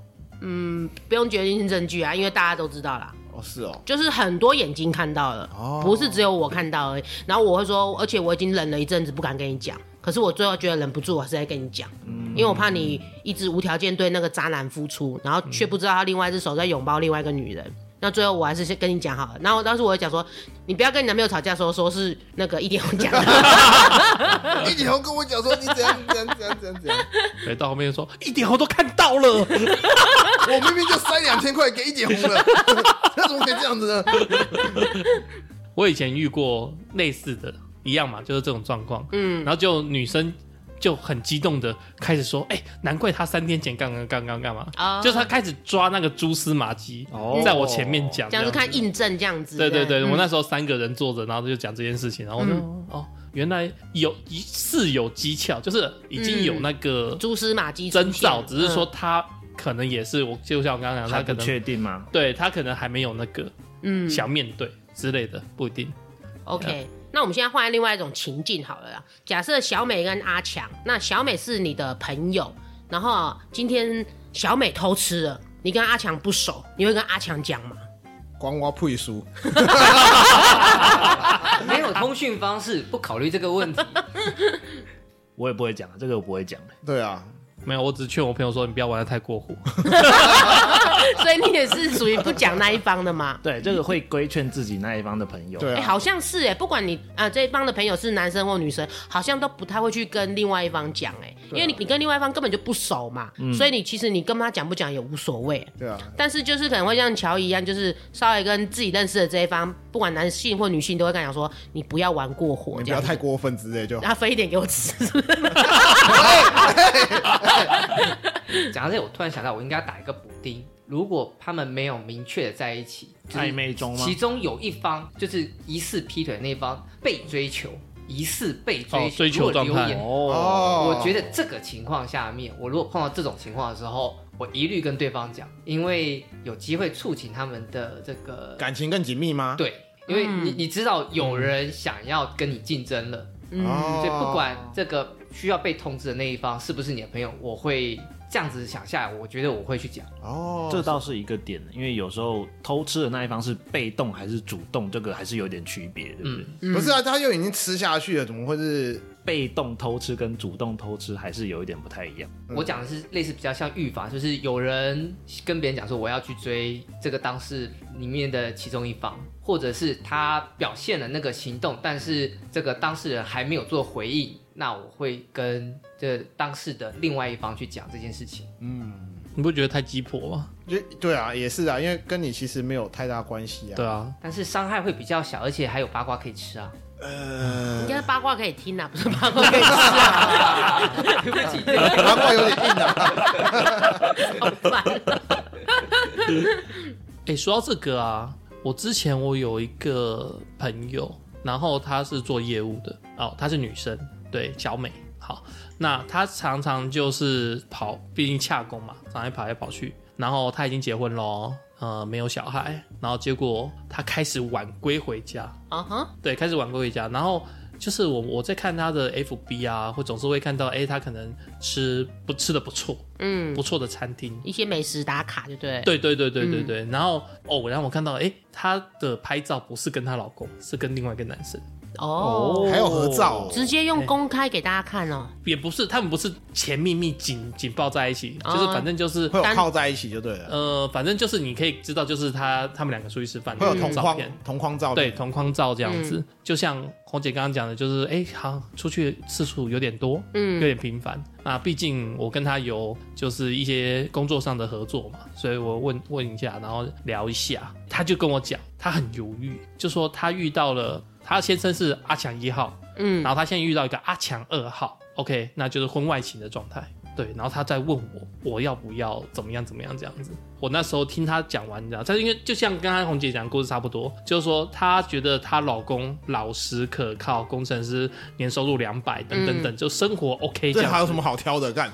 S3: 不用决定性证据啊，因为大家都知道啦。
S4: 哦，是哦，
S3: 就是很多眼睛看到了，
S4: 哦
S3: 不是只有我看到而已。然后我会说，而且我已经忍了一阵子，不敢跟你讲。可是我最后觉得忍不住，我还是在跟你讲，
S5: 嗯
S3: 因为我怕你一直无条件对那个渣男付出，然后却不知道他另外一只手在拥抱另外一个女人。那最后我还是先跟你讲好了。然后当时我会讲说，你不要跟你男朋友吵架的时候说是那个一点我讲 的，
S4: 你以后跟我讲说你怎样怎样怎样怎样怎样，
S5: 对，到后面就说一点我都看到了，
S4: 我明明就塞两千块给一点红了， 他怎么可以这样子呢？
S5: 我以前遇过类似的，一样嘛，就是这种状况。嗯，然后就女生就很激动的开始说：“哎、难怪她三天前刚刚刚刚干嘛？
S3: 哦
S5: 就是她开始抓那个蛛丝马迹，
S1: 哦
S5: 在我前面讲，
S3: 讲是
S5: 样子
S3: 看印证这样子。嗯
S5: 对对
S3: 不
S5: 对，我那时候三个人坐着，然后就讲这件事情，然后我就、
S3: 嗯
S5: 哦，原来有一是有技巧，就是已经
S3: 嗯
S5: 有那个
S3: 蛛丝马迹出
S5: 征
S3: 现
S5: 兆，只是说
S3: 嗯
S5: 她可能也是我，就像我刚刚讲，她
S1: 还
S5: 可
S1: 不
S5: 能
S1: 确定吗？
S5: 对她可能还没有那个
S3: 嗯
S5: 想面对之类的，不一定。
S3: OK，那我们现在换另外一种情境好了啦。假设小美跟阿强，那小美是你的朋友，然后今天小美偷吃了，你跟阿强不熟，你会跟阿强讲吗？
S4: 光挖配书，
S2: 没有通讯方式，不考虑这个 问题。
S1: 我也不会讲，这个我不会讲。
S4: 对啊，
S5: 没有，我只劝我朋友说，你不要玩的太过火。
S3: 所以你也是属于不讲那一方的 嘛？
S1: 对，这个会规劝自己那一方的朋友。
S4: 对
S3: 哎、
S4: 啊，
S3: 好像是哎、不管你啊、这一帮的朋友是男生或女生，好像都不太会去跟另外一方讲哎、因为你你跟另外一方根本就不熟嘛，所以你其实你跟他讲不讲也无所谓、
S4: 对啊，
S3: 但是就是可能会像乔一样，就是稍微跟自己认识的这一方，不管男性或女性，都会跟他讲说，你不要玩过火，
S4: 你
S3: 这
S4: 不要
S3: 样
S4: 太
S3: 子。
S4: 过分之类就好。
S3: 他分一点给我吃，
S2: 讲到这里，我突然想到，我应该打一个补丁。如果他们没有明确的在一起，就是
S1: 暧昧中吗
S2: 其中有一方就是疑似劈腿的那一方被追求，疑似被追
S5: 哦追求
S2: 如果留
S5: 状态
S2: 言
S1: 哦，
S4: 哦，
S2: 我觉得这个情况下面，我如果碰到这种情况的时候，我一律跟对方讲，因为有机会促进他们的这个
S4: 感情更紧密吗？
S2: 对，因为你你知道有人想要跟你竞争了，
S4: 哦，
S2: 所以不管这个需要被通知的那一方是不是你的朋友，我会这样子想下来，我觉得我会去讲。
S4: 哦，
S1: 这倒是一个点，因为有时候偷吃的那一方是被动
S2: 嗯
S4: 嗯
S1: 还是主动，这个还是有点区别，对不对？
S4: 不是啊，他又已经吃下去了，怎么会是
S1: 被动偷吃跟主动偷吃还是有一点不太一样。
S2: 我讲的是类似比较像预防，就是有人跟别人讲说我要去追这个当事里面的其中一方，或者是他表现了那个行动，但是这个当事人还没有做回应，那我会跟这当事的另外一方去讲这件事情。
S5: 你不觉得太鸡婆吗？
S4: 就对啊，也是啊，因为跟你其实没有太大关系啊。
S5: 对啊，
S2: 但是伤害会比较小，而且还有八卦可以吃啊！
S4: 呃
S3: 应该八卦可以听啊，不是八卦可以吃啊，
S2: 对不起，
S4: 难怪有点硬啊。
S3: 好烦啊。
S5: 哎、说到这个啊，我之前我有一个朋友，然后她是做业务的哦，她是女生，对，小美。好，那她常常就是跑，毕竟洽工嘛，常常跑来跑去。然后她已经结婚咯，呃，没有小孩。然后结果她开始晚归回家，
S3: 啊哈，
S5: 对，开始晚归回家，然后就是我我在看他的 FB 啊，会总是会看到，哎、他可能吃不吃的不错，
S3: 嗯，
S5: 不错的餐厅。
S3: 一些美食打卡就对了。
S5: 对对对对对对，然后哦，然后我看到，哎、她的拍照不是跟她老公，是跟另外一个男生，
S3: 哦，
S4: 还有合照哦
S3: 直接用公开给大家看哦。
S5: 也不是，他们不是甜蜜蜜紧紧抱在一起，
S3: 哦
S5: 就是反正就是、
S4: 会有靠在一起就对了，
S5: 呃，反正就是你可以知道，就是他他们两个出去吃饭，
S4: 会有
S5: 那种
S4: 同
S5: 嗯照
S4: 框
S5: 片，
S4: 同框照
S5: 对
S4: 片，
S5: 同框照这样子，就像红姐刚刚讲的，就是哎、好出去次数有点多，有
S3: 嗯，
S5: 点频繁。那毕竟我跟他有就是一些工作上的合作嘛，所以我问问一下，然后聊一下，他就跟我讲，他很犹豫，就说他遇到了他先生是阿强一号，
S3: 嗯
S5: 然后他现在遇到一个阿强二号，OK，那就是婚外情的状态。对，然后他再问我，我要不要怎么样怎么样这样子。我那时候听他讲完，你知道，但是因为就像刚刚红姐讲的故事差不多，就是说她觉得她老公老实可靠，工程师年收入两百等等等，
S3: 嗯
S5: 就生活 OK 这
S4: 这
S5: 样子。
S4: 还有什么好挑的？干，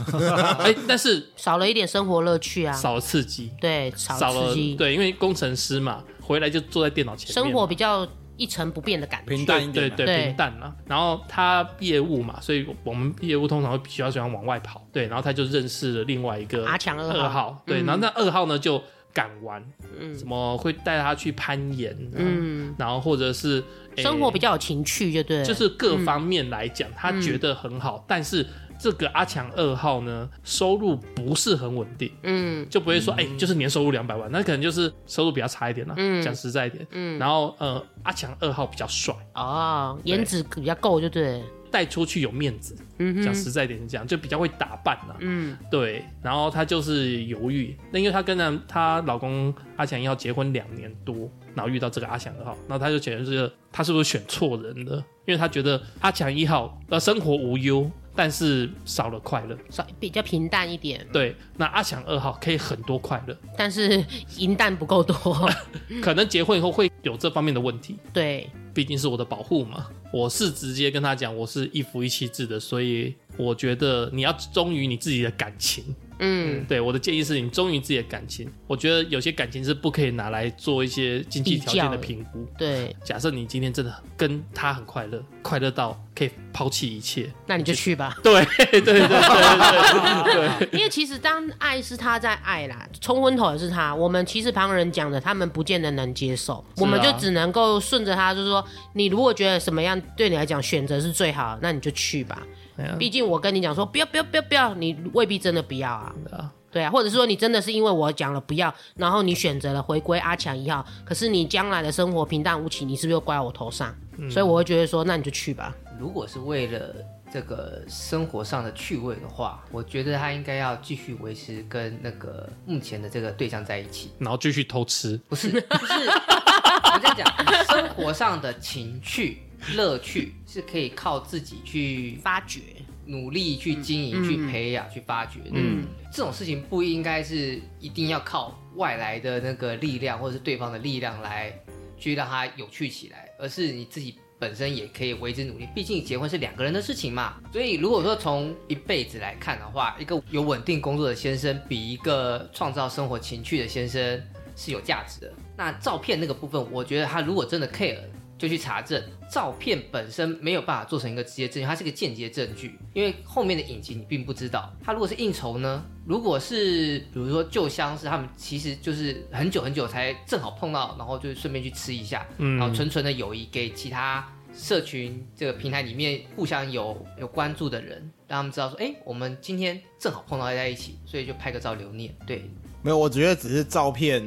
S5: 哎，但是
S3: 少了一点生活乐趣啊。
S5: 少了刺激，
S3: 对，少
S5: 少
S3: 刺
S5: 了
S3: 激，
S5: 对，因为工程师嘛，回来就坐在电脑前面嘛，
S3: 生活比较一成不变的感觉。
S4: 平淡一点嘛。
S5: 对对
S3: 对
S5: 平淡啦。然后他业务嘛，所以我们业务通常会比较喜欢往外跑，对。然后他就认识了另外一个
S3: 阿强二号
S5: 二号，对。然后那二号呢就敢玩，
S3: 嗯
S5: 什么会带他去攀岩，嗯，
S3: 嗯，
S5: 然后或者是、诶
S3: 生活比较有情趣，就对了。
S5: 就是各方面来讲，他觉得很好，
S3: 嗯
S5: 但是这个阿强二号呢，收入不是很稳定。
S3: 嗯
S5: 就不会说，哎、就是年收入两百万，那可能就是收入比较差一点啦。
S3: 嗯
S5: 讲实在一点，
S3: 嗯，
S5: 然后呃，阿强二号比较帅，
S3: 哦，颜值比较够，就对了。
S5: 带出去有面子，
S3: 嗯
S5: 讲
S3: 哼，
S5: 实在一点是这样，就比较会打扮啦、
S3: 嗯
S5: 对，然后她就是犹豫，那因为她跟她她老公阿强要结婚两年多，然后遇到这个阿强二号，然后她就觉得这个她是不是选错人了？因为她觉得阿强一号呃生活无忧，但是少了快乐。
S3: 少比较平淡一点，
S5: 对，那阿强二号可以很多快乐，
S3: 但是银弹不够多。 嗯
S5: 可能结婚以后会有这方面的问题。
S3: 对，
S5: 毕竟是我的保护嘛，我是直接跟他讲，我是一夫一妻制的，所以我觉得你要忠于你自己的感情，
S3: 嗯，
S5: 对，我的建议是你忠于自己的感情。我觉得有些感情是不可以拿来做一些经济条件的评估。
S3: 对，
S5: 假设你今天真的跟他很快乐，快乐到可以抛弃一切，
S3: 那你就去吧。
S5: 对 对对对对对，
S3: 因为其实当爱是他在爱啦，冲昏头也是他。我们其实旁人讲的，他们不见得能接受，我们就只能够顺着他，就是说，你如果觉得什么样对你来讲选择是最好，那你就去吧。
S5: 哎呀
S3: 毕竟我跟你讲说，不要不要不要不要，你未必真的不要啊。
S5: 对啊
S3: 对啊，或者是说你真的是因为我讲了不要，然后你选择了回归阿强一号，可是你将来的生活平淡无奇，你是不是又怪我头上？所以我会觉得说，那你就去吧。
S2: 如果是为了这个生活上的趣味的话，我觉得他应该要继续维持跟那个目前的这个对象在一起，
S5: 然后继续偷吃，
S2: 不是 不是，我这样讲，生活上的情趣乐趣是可以靠自己去
S3: 发掘，
S2: 努力去经营、去培养、去发掘的。
S3: 嗯
S2: 这种事情不应该是一定要靠外来的那个力量或者是对方的力量来去让它有趣起来，而是你自己本身也可以为之努力。毕竟结婚是两个人的事情嘛。所以如果说从一辈子来看的话，一个有稳定工作的先生比一个创造生活情趣的先生是有价值的。那照片那个部分，我觉得他如果真的 care 就去查证，照片本身没有办法做成一个直接证据，它是个间接证据，因为后面的隐情你并不知道。它如果是应酬呢？如果是比如说旧相识，他们其实就是很久很久才正好碰到，然后就顺便去吃一下，然后纯纯的友谊给其他社群这个平台里面互相有有关注的人，让他们知道说，哎、我们今天正好碰到在一起，所以就拍个照留念。对，
S4: 没有，我觉得只是照片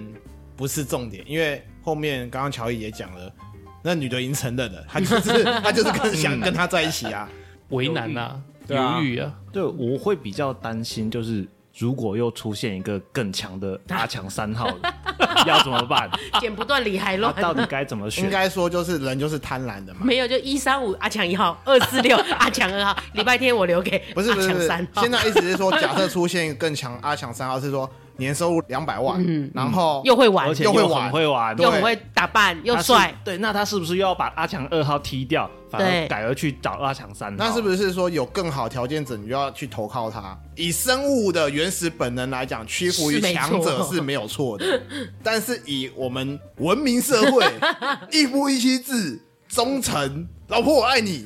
S4: 不是重点，因为后面刚刚乔伊也讲了，那女的已经承认了，她就是她就是跟想跟他在一起啊。
S5: 为难呐、
S4: 对啊
S5: 犹豫啊，
S1: 对，我会比较担心，就是如果又出现一个更强的阿强三号 了，要怎么办？
S3: 剪不断理还
S1: 那
S3: 乱。
S1: 啊到底该怎么选
S4: 应？该说就是人就是贪婪的嘛，
S3: 没有，就一三五阿强一号，二四 六阿强二号，礼拜天我留给
S4: 不是
S3: 阿
S4: 不是不
S3: 强
S4: 是
S3: 嗯三，号。
S4: 现在意思是说，假设出现更强阿强三号是说年收入两百万，然后
S3: 又会玩
S1: 而，且
S4: 又会
S1: 很
S4: 玩
S1: 会玩，
S3: 又
S4: 对
S3: 很会打扮，又
S1: 他是
S3: 帅，。
S1: 对，那他是不是又要把阿强二号踢掉，反
S3: 对
S1: 而改而去找阿强三号？
S4: 那是
S1: 是？
S4: 不是说有更好条件者，你就要去投靠他？以生物的原始本能来讲，屈服于
S3: 是没错
S4: 强者是没有错的，但是以我们文明社会，一夫一妻制、忠诚、老婆我爱你，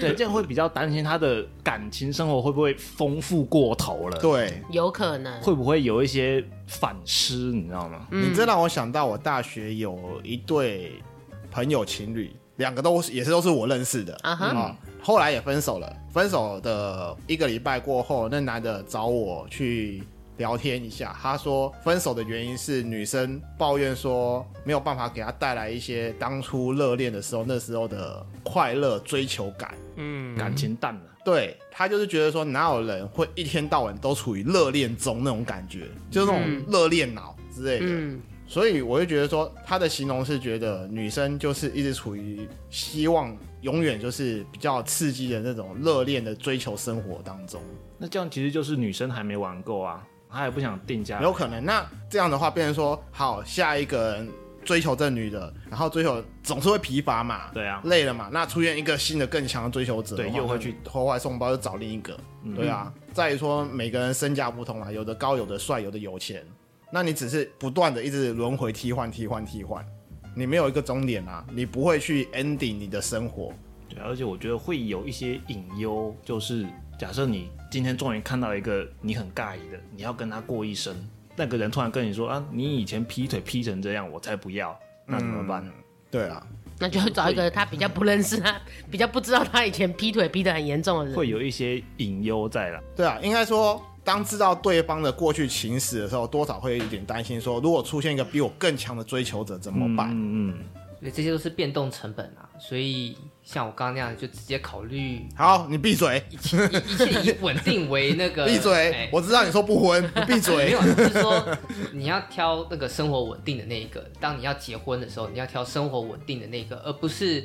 S1: 对，这样会比较担心他的感情生活会不会丰富过头了？，
S4: 对。
S3: 有可能。
S1: 会不会有一些反思？你知道吗？
S4: 你这让我想到，我大学有一对朋友情侣，两个都是也是都是我认识的
S3: 啊哈
S4: 嗯后来也分手了。分手的一个礼拜过后，那男的找我去聊天一下，他说分手的原因是女生抱怨说没有办法给他带来一些当初热恋的时候那时候的快乐追求感。
S5: 嗯，
S1: 感情淡了，
S4: 对他就是觉得说，哪有人会一天到晚都处于热恋中那种感觉，就是那种热恋脑之类的。
S3: 嗯，
S4: 所以我就觉得说，他的形容是觉得女生就是一直处于希望永远就是比较刺激的那种热恋的追求生活当中，
S1: 那这样其实就是女生还没玩够啊，她也不想定价。
S4: 有可能。那这样的话，变成说，好，下一个人追求这女的，然后追求总是会疲乏嘛，
S1: 对啊
S4: 累了嘛，那出现一个新的更强的追求者的话，
S1: 对又会去嗯
S4: 那破坏送包，又找另一个，对啊。再于说，每个人身价不同啊，有的高，有的帅，有的有钱，那你只是不断的一直轮回替换、替换、替换，你没有一个终点啊，你不会去 ending 你的生活，
S1: 对啊，而且我觉得会有一些隐忧，就是假设你今天终于看到一个你很尬意的，你要跟他过一生，那个人突然跟你说啊，你以前劈腿劈成这样，我才不要，
S5: 嗯
S1: 那怎么办？
S4: 对啊。
S3: 那就找一个他比较不认识他，比较不知道他以前劈腿劈得很严重的人。
S1: 会有一些隐忧在啦。
S4: 对啊，应该说，当知道对方的过去情史的时候，多少会有一点担心说如果出现一个比我更强的追求者怎么办？
S1: 嗯嗯，
S2: 所以这些都是变动成本啊。所以像我刚刚那样，就直接考虑
S4: 好，你 闭嘴，
S2: 一切 一一切以稳定为那个
S4: 闭嘴！
S2: 哎
S4: 我知道你说不婚，你 闭
S2: 没
S4: 嘴
S2: 有，。就是说你要挑那个生活稳定的那一个。当你要结婚的时候，你要挑生活稳定的那一个，而不是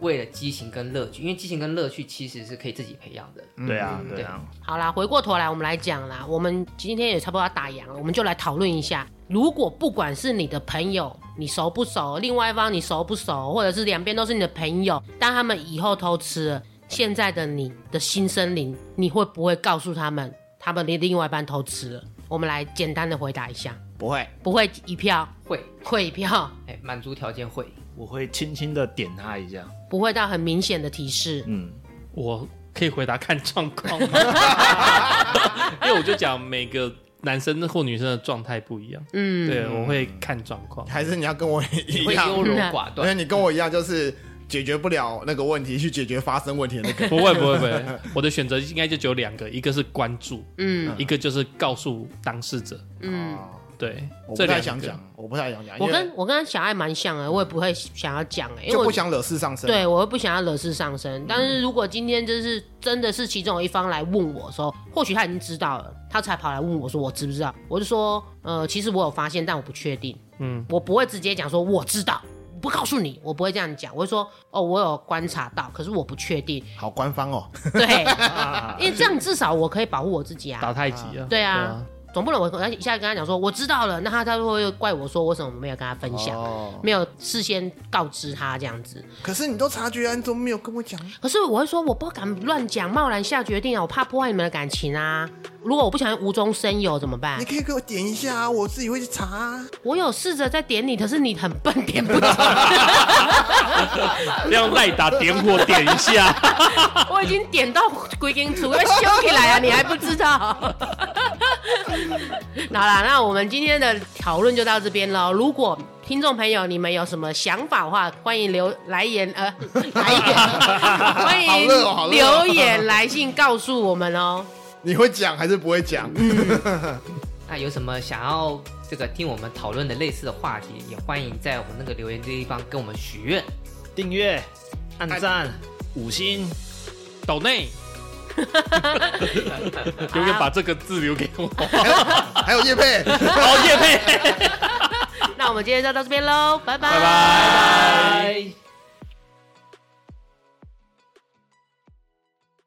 S2: 为了激情跟乐趣，因为激情跟乐趣其实是可以自己培养的。
S4: 嗯
S5: 嗯
S1: 对啊，对啊，
S3: 好啦，回过头来我们来讲啦，我们今天也差不多要打烊了，我们就来讨论一下，如果不管是你的朋友，你熟不熟，另外一方你熟不熟，或者是两边都是你的朋友，但他们以后偷吃了，现在的你的新生灵，你会不会告诉他们，他们的另外一半偷吃了？我们来简单的回答一下，
S4: 不会，
S3: 不会一票，
S2: 会，
S3: 会一票，
S2: 哎，满足条件会。
S1: 我会轻轻的点他一下。
S3: 不会到很明显的提示。
S1: 嗯，
S5: 我可以回答看状况， 因为我就讲每个男生或女生的状态不一样，
S3: 嗯，
S5: 对，我会看状况。
S4: 还是你要跟我一
S2: 会优
S4: 样，
S3: 嗯
S2: 柔寡
S4: 因
S2: 断，
S4: 为你跟我一样，就是解决不了那个问题，去解决发生问题的那个。
S5: 不会不会 不会，我的选择应该就只有两个，一个是关注，
S3: 嗯
S5: 一个就是告诉当事者。
S3: 嗯。
S4: 哦
S5: 对，
S4: 我
S5: 这
S4: 不太
S5: 两
S4: 想
S5: 个
S4: 讲，我不太想讲，
S3: 我
S4: 因为
S3: 跟我跟小爱蛮像的，我也不会想要讲哎、因为
S4: 就
S3: 我
S4: 不想惹事上身。
S3: 对，我又不想要惹事上身。但是如果今天就是真的是其中有一方来问我的时候，或许他已经知道了，他才跑来问我说我知不知道？我就说，呃，其实我有发现，但我不确定。嗯，我不会直接讲说我知道，不告诉你，我不会这样讲。我会说，哦，我有观察到，可是我不确定。
S4: 好官方哦，
S3: 对，因为这样至少我可以保护我自己啊。
S5: 打太极啊，
S3: 对啊，总不能我我一下跟他讲说我知道了，那他他会怪我说为什么没有跟他分享，
S4: 哦
S3: 没有事先告知他这样子。
S4: 可是你都察觉啊，你怎么没有跟我讲？
S3: 可是我会说，我不敢乱讲，贸然下决定啊，我怕破坏你们的感情啊。如果我不小心无中生有怎么办
S4: 你？可以给我点一下啊，我自己会去查啊。
S3: 我有试着在点你，可是你很笨，点不准。
S5: 这样赖打点火点一下，
S3: 我已经点到归根处要修起来啊，你还不知道？好啦，那我们今天的讨论就到这边了。如果听众朋友你们有什么想法的话，欢迎留来言呃 来言，欢迎
S6: 好热哦好热哦
S3: 留言来信告诉我 们哦。
S6: 你会讲还是不会讲？
S3: 嗯
S2: 那有什么想要这个听我们讨论的类似的话题，也欢迎在我们那个留言的地方跟我们许愿。
S1: 订阅、按赞、五星，
S5: 岛内。永远把这个字留给我。
S6: 还有叶佩。
S5: 好，叶佩，
S3: 那我们今天就到这边喽，拜拜
S5: 拜。